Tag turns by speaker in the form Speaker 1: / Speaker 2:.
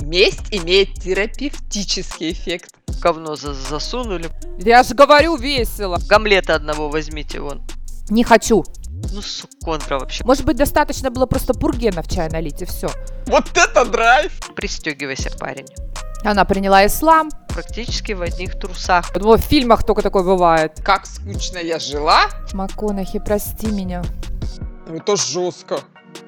Speaker 1: Месть имеет терапевтический эффект.
Speaker 2: В Говно за- засунули.
Speaker 3: Я же говорю весело.
Speaker 2: Гамлета одного возьмите вон.
Speaker 3: Не хочу.
Speaker 2: Ну, суконтра вообще.
Speaker 3: Может быть, достаточно было просто бургена в чай налить и все.
Speaker 1: Вот это драйв!
Speaker 2: Пристегивайся, парень.
Speaker 3: Она приняла ислам.
Speaker 2: Практически в одних трусах.
Speaker 3: Я думала, в фильмах только такое бывает.
Speaker 1: Как скучно я жила.
Speaker 3: МакКонахи, прости меня.
Speaker 1: Это жестко.